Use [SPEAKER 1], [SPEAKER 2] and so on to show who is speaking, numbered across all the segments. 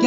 [SPEAKER 1] ギ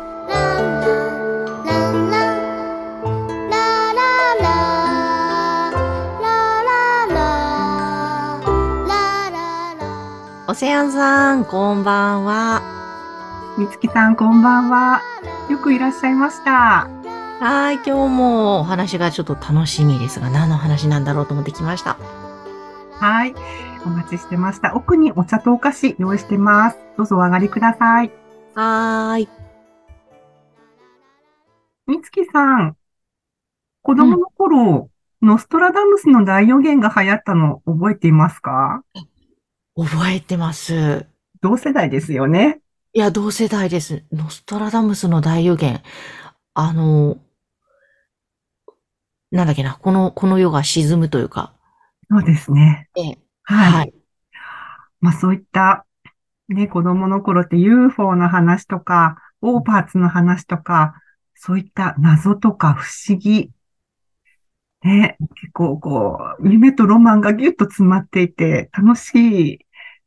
[SPEAKER 2] オセアンさん、こんばんは。
[SPEAKER 3] みつきさん、こんばんは。よくいらっしゃいました。
[SPEAKER 2] はい、今日もお話がちょっと楽しみですが、何の話なんだろうと思ってきました。
[SPEAKER 3] はい。お待ちしてました。奥にお茶とお菓子用意してます。どうぞお上がりください。
[SPEAKER 2] はーい。
[SPEAKER 3] みつきさん、子供の頃、ノストラダムスの大予言が流行ったの覚えていますか
[SPEAKER 2] 覚えてます。
[SPEAKER 3] 同世代ですよね。
[SPEAKER 2] いや、同世代です。ノストラダムスの大予言。あの、なんだっけな、この、この世が沈むというか。
[SPEAKER 3] そうですね。
[SPEAKER 2] ええ
[SPEAKER 3] はい。
[SPEAKER 2] はい
[SPEAKER 3] まあそういった、ね、子供の頃って UFO の話とか、オーパーツの話とか、そういった謎とか不思議。ね、結構こう、夢とロマンがギュッと詰まっていて、楽しい。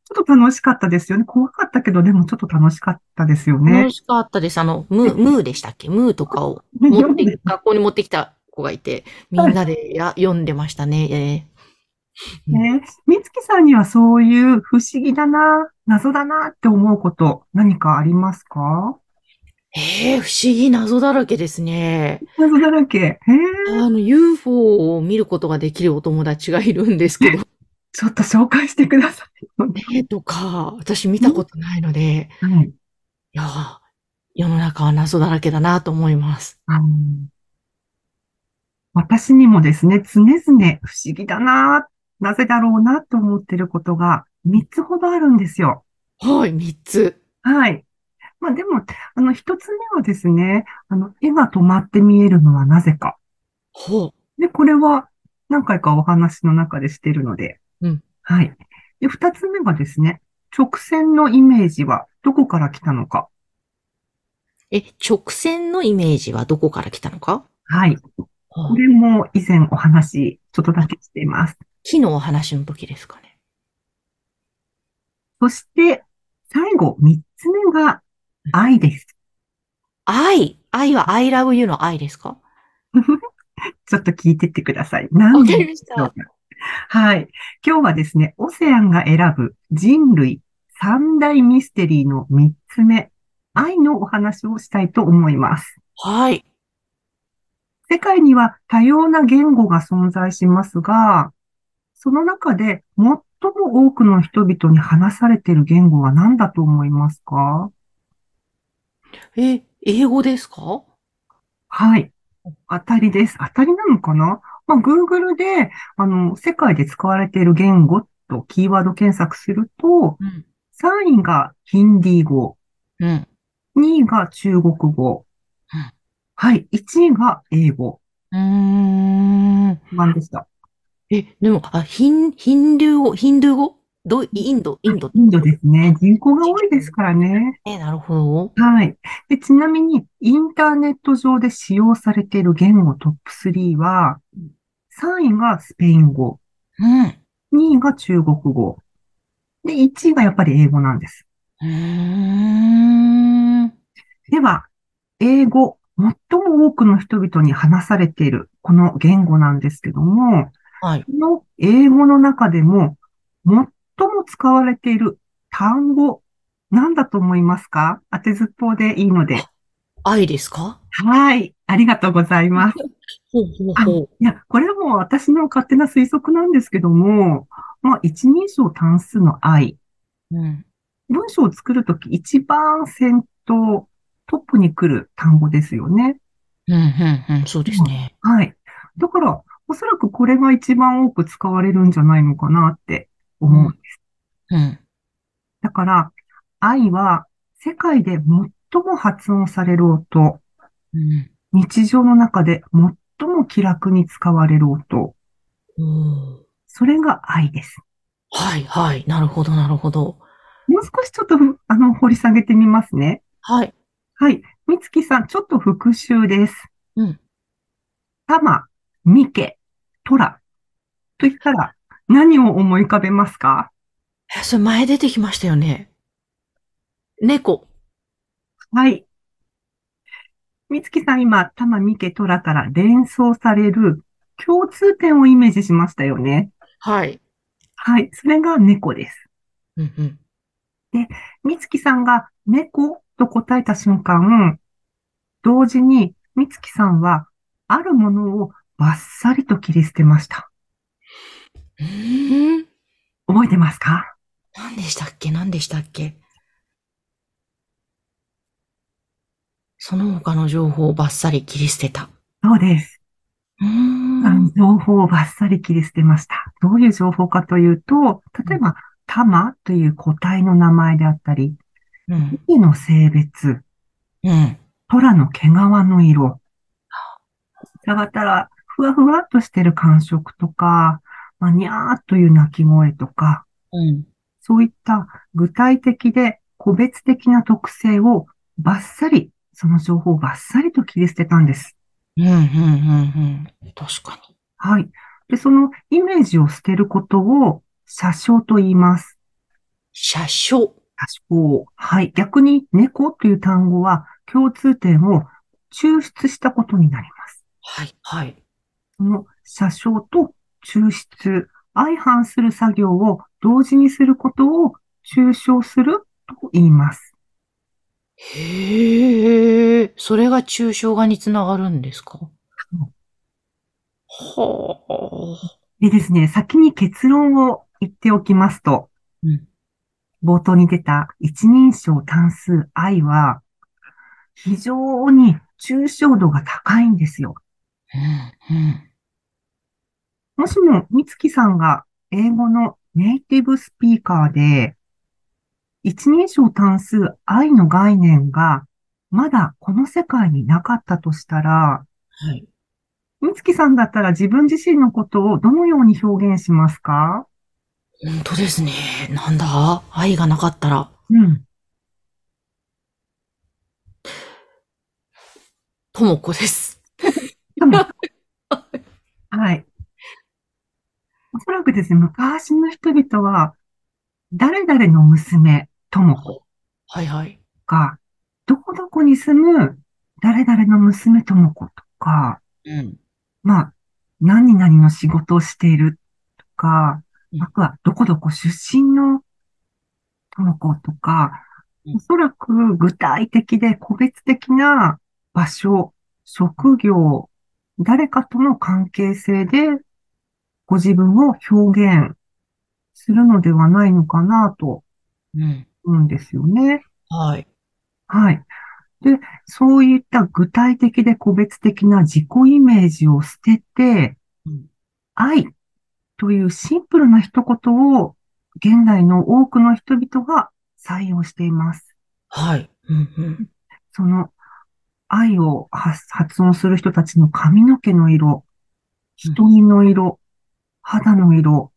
[SPEAKER 3] ちょっと楽しかったですよね。怖かったけど、でもちょっと楽しかったですよね
[SPEAKER 2] 楽。しかったです。あの、ムー、ムーでしたっけムーとかを
[SPEAKER 3] ね
[SPEAKER 2] 持
[SPEAKER 3] 読
[SPEAKER 2] っ
[SPEAKER 3] んで
[SPEAKER 2] て、 学校に持ってきた子がいて、みんなでや読んでましたね。ええ
[SPEAKER 3] ね、みつきさんにはそういう不思議だな、謎だなって思うこと何かありますか
[SPEAKER 2] ええ不思議謎だらけですね。
[SPEAKER 3] 謎だらけ。へー
[SPEAKER 2] あの、UFO を見ることができるお友達がいるんですけ ど、
[SPEAKER 3] ちょっと紹介してください。
[SPEAKER 2] えとか、私見たことないので、
[SPEAKER 3] はい。
[SPEAKER 2] いやー、世の中は謎だらけだなと思います。
[SPEAKER 3] あの、私にもですね、常々不思議だな、なぜだろうなと思ってることが3つほどあるんですよ。
[SPEAKER 2] はい、三つ。
[SPEAKER 3] はい。まあでも、あの、1つ目はですね、あの、絵が止まって見えるのはなぜか。
[SPEAKER 2] ほう。
[SPEAKER 3] で、これは何回かお話の中でしてるので。
[SPEAKER 2] うん
[SPEAKER 3] はい。で、2つ目がですね、直線のイメージはどこから来たのか。
[SPEAKER 2] え、直線のイメージはどこから来たのか
[SPEAKER 3] はい。
[SPEAKER 2] ほ
[SPEAKER 3] こ
[SPEAKER 2] う
[SPEAKER 3] れも以前お話、ちょっとだけしています。
[SPEAKER 2] 木のお話の時ですかね。
[SPEAKER 3] そして、最後、三つ目が、愛です。
[SPEAKER 2] 愛愛は I love you の愛ですか
[SPEAKER 3] ちょっと聞いてってください。な
[SPEAKER 2] わ
[SPEAKER 3] ん
[SPEAKER 2] かり
[SPEAKER 3] で
[SPEAKER 2] まし
[SPEAKER 3] しょう
[SPEAKER 2] た
[SPEAKER 3] か。。はい。今日はですね、オセアンが選ぶ人類三大ミステリーの三つ目、愛のお話をしたいと思います。
[SPEAKER 2] はい。
[SPEAKER 3] 世界には多様な言語が存在しますが、その中で最も多くの人々に話されている言語は何だと思いますか
[SPEAKER 2] え、英語ですか
[SPEAKER 3] はい。当たりです。当たりなのかなまあ、Google で、あの、世界で使われている言語とキーワード検索すると、
[SPEAKER 2] うん。
[SPEAKER 3] 3位がヒンディー語、
[SPEAKER 2] うん。
[SPEAKER 3] 2位が中国語
[SPEAKER 2] うん、
[SPEAKER 3] はい、1位が英語
[SPEAKER 2] うーん。
[SPEAKER 3] なんでした。
[SPEAKER 2] え、でも、あ、ヒン、ヒンドゥー語、ヒンドゥー語ど、インド、インド。
[SPEAKER 3] インドですね。人口が多いですからね。
[SPEAKER 2] え、なるほど。
[SPEAKER 3] はい。で、ちなみに、インターネット上で使用されている言語トップ3は、3位がスペイン語、
[SPEAKER 2] うん。う
[SPEAKER 3] 2位が中国語。で、1位がやっぱり英語なんです。
[SPEAKER 2] ーん。
[SPEAKER 3] では、英語、最も多くの人々に話されているこの言語なんですけども、
[SPEAKER 2] はい。
[SPEAKER 3] この英語の中でも、最も使われている単語、何だと思いますか当てずっぽうでいいので。
[SPEAKER 2] 愛ですか
[SPEAKER 3] はい。ありがとうございます。
[SPEAKER 2] ほうほうほう。
[SPEAKER 3] いや、これはもう私の勝手な推測なんですけども、まあ、一人称単数の愛。
[SPEAKER 2] うん。
[SPEAKER 3] 文章を作るとき一番先頭、トップに来る単語ですよね。
[SPEAKER 2] うん、うん、うん、そうですね。
[SPEAKER 3] はい。だから、おそらくこれが一番多く使われるんじゃないのかなって思う。
[SPEAKER 2] うん。
[SPEAKER 3] だから、愛は世界で最も発音される音、
[SPEAKER 2] うん。
[SPEAKER 3] 日常の中で最も気楽に使われる音、
[SPEAKER 2] うん。
[SPEAKER 3] それが愛です。
[SPEAKER 2] はい、はい。なるほど、なるほど。
[SPEAKER 3] もう少しちょっとふ、あの、掘り下げてみますね。
[SPEAKER 2] はい。
[SPEAKER 3] はい。みつきさん、ちょっと復習です。
[SPEAKER 2] うん。
[SPEAKER 3] たま、みけ、とら。と言ったら、何を思い浮かべますか
[SPEAKER 2] え、それ前出てきましたよね。猫。
[SPEAKER 3] はい。みつきさん、今、たま、みけ、とらから連想される共通点をイメージしましたよね。
[SPEAKER 2] はい。
[SPEAKER 3] はい。それが猫です。
[SPEAKER 2] うん、うん。
[SPEAKER 3] みつきさんが猫と答えた瞬間、同時にみつきさんはあるものをバッサリと切り捨てました。
[SPEAKER 2] うーん。
[SPEAKER 3] 覚えてますか
[SPEAKER 2] 何でしたっけ何でしたっけその他の情報をバッサリ切り捨てた。
[SPEAKER 3] そうです。
[SPEAKER 2] うーん。
[SPEAKER 3] あの情報をバッサリ切り捨てました。どういう情報かというと、例えば、玉という個体の名前であったり、
[SPEAKER 2] うん。
[SPEAKER 3] 木の性別、
[SPEAKER 2] うん。
[SPEAKER 3] 虎の毛皮の色。たがたら、ふわふわっとしてる感触とか、まあ、にゃーっという鳴き声とか、
[SPEAKER 2] うん。
[SPEAKER 3] そういった具体的で個別的な特性をバッサリ、その情報をバッサリと切り捨てたんです。
[SPEAKER 2] うん、うん、うん、うん。確かに。
[SPEAKER 3] はい。で、そのイメージを捨てることを写生と言います。
[SPEAKER 2] 車掌。
[SPEAKER 3] 写生。はい。逆に猫という単語は共通点を抽出したことになります。
[SPEAKER 2] はい、はい。
[SPEAKER 3] その写生と抽出、相反する作業を同時にすることを抽象すると言います。
[SPEAKER 2] へえ、それが抽象画につながるんですかはあ。
[SPEAKER 3] でですね、先に結論を言っておきますと、
[SPEAKER 2] うん
[SPEAKER 3] 冒頭に出た一人称単数愛は、非常に抽象度が高いんですよ。
[SPEAKER 2] うん、うん。
[SPEAKER 3] もしも、みつきさんが英語のネイティブスピーカーで、一人称単数愛の概念が、まだこの世界になかったとしたら、
[SPEAKER 2] はい。
[SPEAKER 3] みつきさんだったら自分自身のことをどのように表現しますか
[SPEAKER 2] 本当ですね。なんだ愛がなかったら、
[SPEAKER 3] うん。
[SPEAKER 2] ともこです。
[SPEAKER 3] でもはい。おそらくですね、昔の人々は、誰々の娘、とも子
[SPEAKER 2] はいはい。
[SPEAKER 3] か、どこどこに住む、誰々の娘、とも子とか、
[SPEAKER 2] うん。
[SPEAKER 3] まあ、何々の仕事をしているとか
[SPEAKER 2] う、ん
[SPEAKER 3] あとは、どこどこ出身の、とも子とか、
[SPEAKER 2] うん
[SPEAKER 3] おそらく具体的で個別的な場所、職業、誰かとの関係性でご自分を表現するのではないのかなと
[SPEAKER 2] うん。
[SPEAKER 3] 思うんですよね。
[SPEAKER 2] はい。
[SPEAKER 3] はい。で、そういった具体的で個別的な自己イメージを捨てて、
[SPEAKER 2] うん
[SPEAKER 3] 愛というシンプルな一言を現代の多くの人々が採用しています。
[SPEAKER 2] はい。うんうん。
[SPEAKER 3] その愛を発発音する人たちの髪の毛の色、瞳の色、肌の色、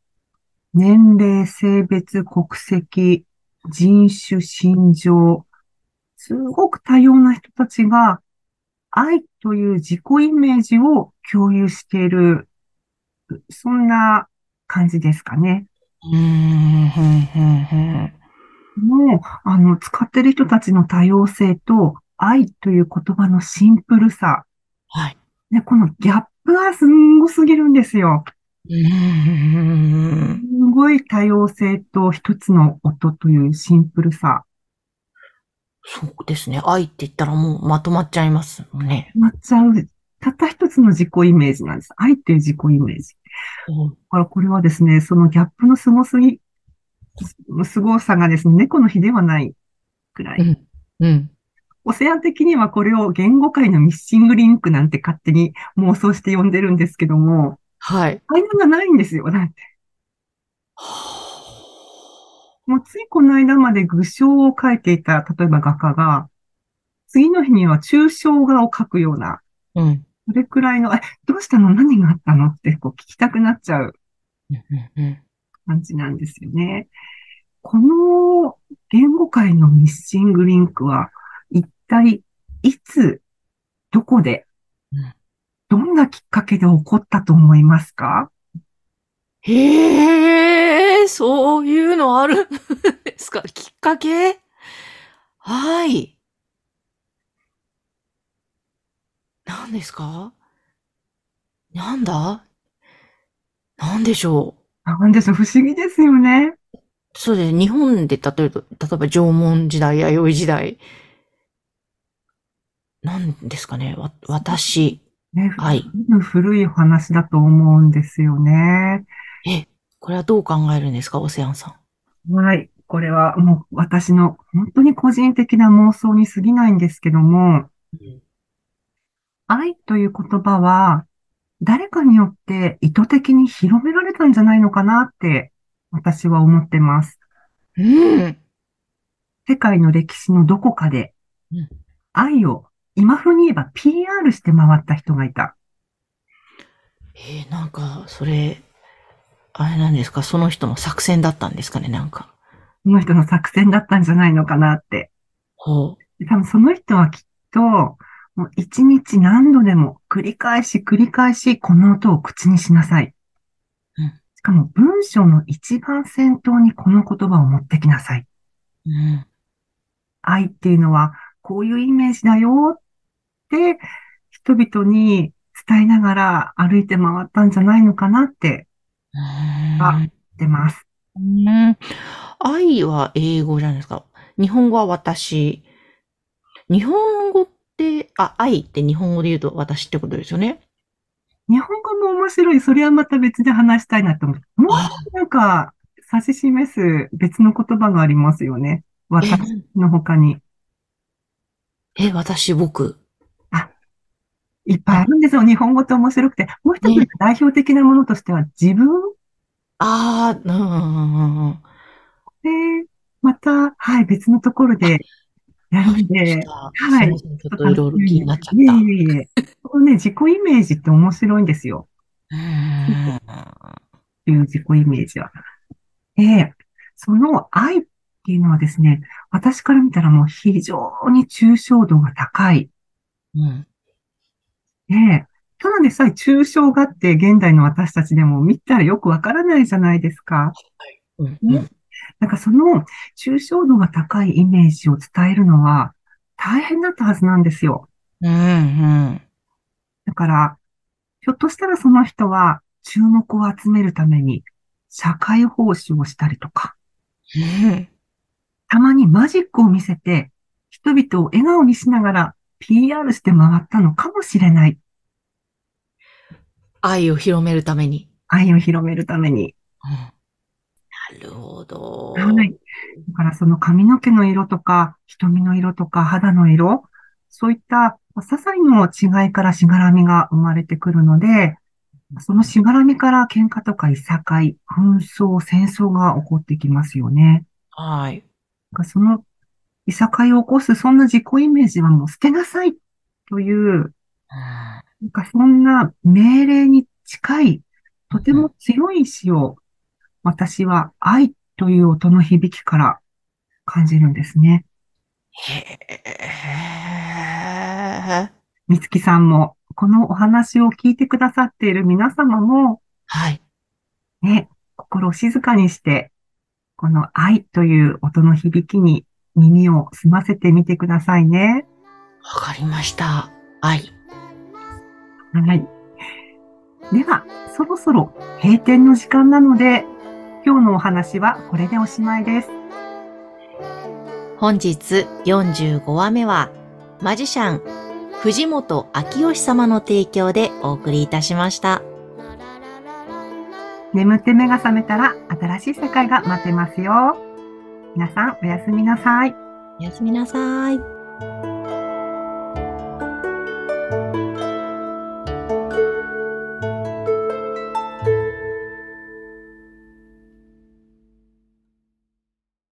[SPEAKER 3] 年齢、性別、国籍、人種、信条、すごく多様な人たちが愛という自己イメージを共有している、そんな感じですかね。
[SPEAKER 2] うーん、ふんふんふん。
[SPEAKER 3] もう、あの、使ってる人たちの多様性と愛という言葉のシンプルさ。
[SPEAKER 2] はい。
[SPEAKER 3] ね、このギャップはすんごすぎるんですよ。
[SPEAKER 2] う
[SPEAKER 3] す
[SPEAKER 2] ーん。
[SPEAKER 3] んごい多様性と一つの音というシンプルさ。
[SPEAKER 2] そうですね。愛って言ったらもうまとまっちゃいますもんね。
[SPEAKER 3] まっちゃう。たった一つの自己イメージなんです。愛っていう自己イメージ。
[SPEAKER 2] うん
[SPEAKER 3] だからこれはですね、そのギャップのすごすぎ、す凄さがですね、猫の比ではないくら
[SPEAKER 2] う
[SPEAKER 3] い。
[SPEAKER 2] ん。うん。
[SPEAKER 3] オセアン的にはこれを言語界のミッシングリンクなんて勝手に妄想して呼んでるんですけども、
[SPEAKER 2] はい。
[SPEAKER 3] 間がないんですよ。だって。
[SPEAKER 2] は
[SPEAKER 3] もうついこの間まで具象を描いていた、例えば画家が、次の日には抽象画を描くような、
[SPEAKER 2] あうん。
[SPEAKER 3] それくらいの、え、どうしたの何があったのってこう聞きたくなっちゃう
[SPEAKER 2] うんうん
[SPEAKER 3] 感じなんですよね。この言語界のミッシングリンクは一体いつ、どこで
[SPEAKER 2] うん、
[SPEAKER 3] どんなきっかけで起こったと思いますか
[SPEAKER 2] へえ、そういうのあるんですかきっかけはい。何ですかなんだなんでしょう
[SPEAKER 3] なんでしょう、不思議ですよね。
[SPEAKER 2] そうですね。日本で例えると、例えば縄文時代、弥生時代。なんですかねわ、私。
[SPEAKER 3] ね、
[SPEAKER 2] はい。
[SPEAKER 3] 古いお話だと思うんですよね。
[SPEAKER 2] え、これはどう考えるんですかオセアンさん。
[SPEAKER 3] はい。これはもう私の本当に個人的な妄想に過ぎないんですけども、愛という言葉は誰かによって意図的に広められたんじゃないのかなって私は思ってます。
[SPEAKER 2] うん。
[SPEAKER 3] 世界の歴史のどこかで
[SPEAKER 2] うん
[SPEAKER 3] 愛を今風に言えば PR して回った人がいた。
[SPEAKER 2] えーなんか、それ、あれなんですかその人の作戦だったんですかねなんか。
[SPEAKER 3] この人の作戦だったんじゃないのかなって。
[SPEAKER 2] ほ
[SPEAKER 3] で多分その人はきっと、もう一日何度でも繰り返し繰り返しこの音を口にしなさい。
[SPEAKER 2] うん
[SPEAKER 3] しかも文章の一番先頭にこの言葉を持ってきなさい。
[SPEAKER 2] う。うん。
[SPEAKER 3] 愛っていうのはこういうイメージだよって人々に伝えながら歩いて回ったんじゃないのかなって
[SPEAKER 2] あ
[SPEAKER 3] 言ってます。
[SPEAKER 2] うん。愛は英語じゃないですか。日本語は私。日本語って、あ、愛って日本語で言うと私ってことですよ ね。
[SPEAKER 3] 日本語も面白い。それはまた別で話したいなと思う。もうなんか指し示す別の言葉がありますよね。
[SPEAKER 2] え
[SPEAKER 3] 私の他に
[SPEAKER 2] え、私、僕。
[SPEAKER 3] いっぱいあるんですよ。日本語って面白くて。もう一つ
[SPEAKER 2] ね
[SPEAKER 3] 代表的なものとしては自分
[SPEAKER 2] ああ、うんうんうんうん。
[SPEAKER 3] で、また、はい、別のところでやるんで。
[SPEAKER 2] はいい。すいませんちょっといろいろ気になっちゃった。
[SPEAKER 3] いえいえいえ。このね、自己イメージって面白いんですよ。
[SPEAKER 2] う
[SPEAKER 3] っていう自己イメージは。で、その愛っていうのはですね、私から見たらもう非常に抽象度が高い。
[SPEAKER 2] ん。うん。
[SPEAKER 3] ねえ。ただでさえ抽象画って現代の私たちでも見たらよくわからないじゃないですか。
[SPEAKER 2] うんうん。
[SPEAKER 3] なんかその抽象度が高いイメージを伝えるのは大変だったはずなんですよ。
[SPEAKER 2] うん。うん。
[SPEAKER 3] だから、ひょっとしたらその人は注目を集めるために社会奉仕をしたりとか、
[SPEAKER 2] うん
[SPEAKER 3] たまにマジックを見せて人々を笑顔にしながら PR して回ったのかもしれない。
[SPEAKER 2] 愛を広めるために。
[SPEAKER 3] 愛を広めるために。
[SPEAKER 2] なるほど。
[SPEAKER 3] はい。だからその髪の毛の色とか、瞳の色とか、肌の色、そういったまあ些細の違いからしがらみが生まれてくるので、そのしがらみから喧嘩とかいさかい、紛争、戦争が起こってきますよね。
[SPEAKER 2] はい。
[SPEAKER 3] だからそのいさかいを起こす、そんな自己イメージはもう捨てなさいという、なんかそんな命令に近い、とても強い意志を、私は愛という音の響きから感じるんですね。
[SPEAKER 2] へえ。
[SPEAKER 3] みつきさんも、このお話を聞いてくださっている皆様も、
[SPEAKER 2] はい。
[SPEAKER 3] ね、心を静かにして、この愛という音の響きに耳を澄ませてみてくださいね。
[SPEAKER 2] わかりました。愛。
[SPEAKER 3] はい。では、そろそろ閉店の時間なので、今日のお話はこれでおしまいです。
[SPEAKER 2] 本日45話目は、マジシャン、藤本明義様の提供でお送りいたしました。
[SPEAKER 3] 眠って目が覚めたら新しい世界が待ってますよ。皆さん、おやすみなさい。
[SPEAKER 2] おやすみなさい。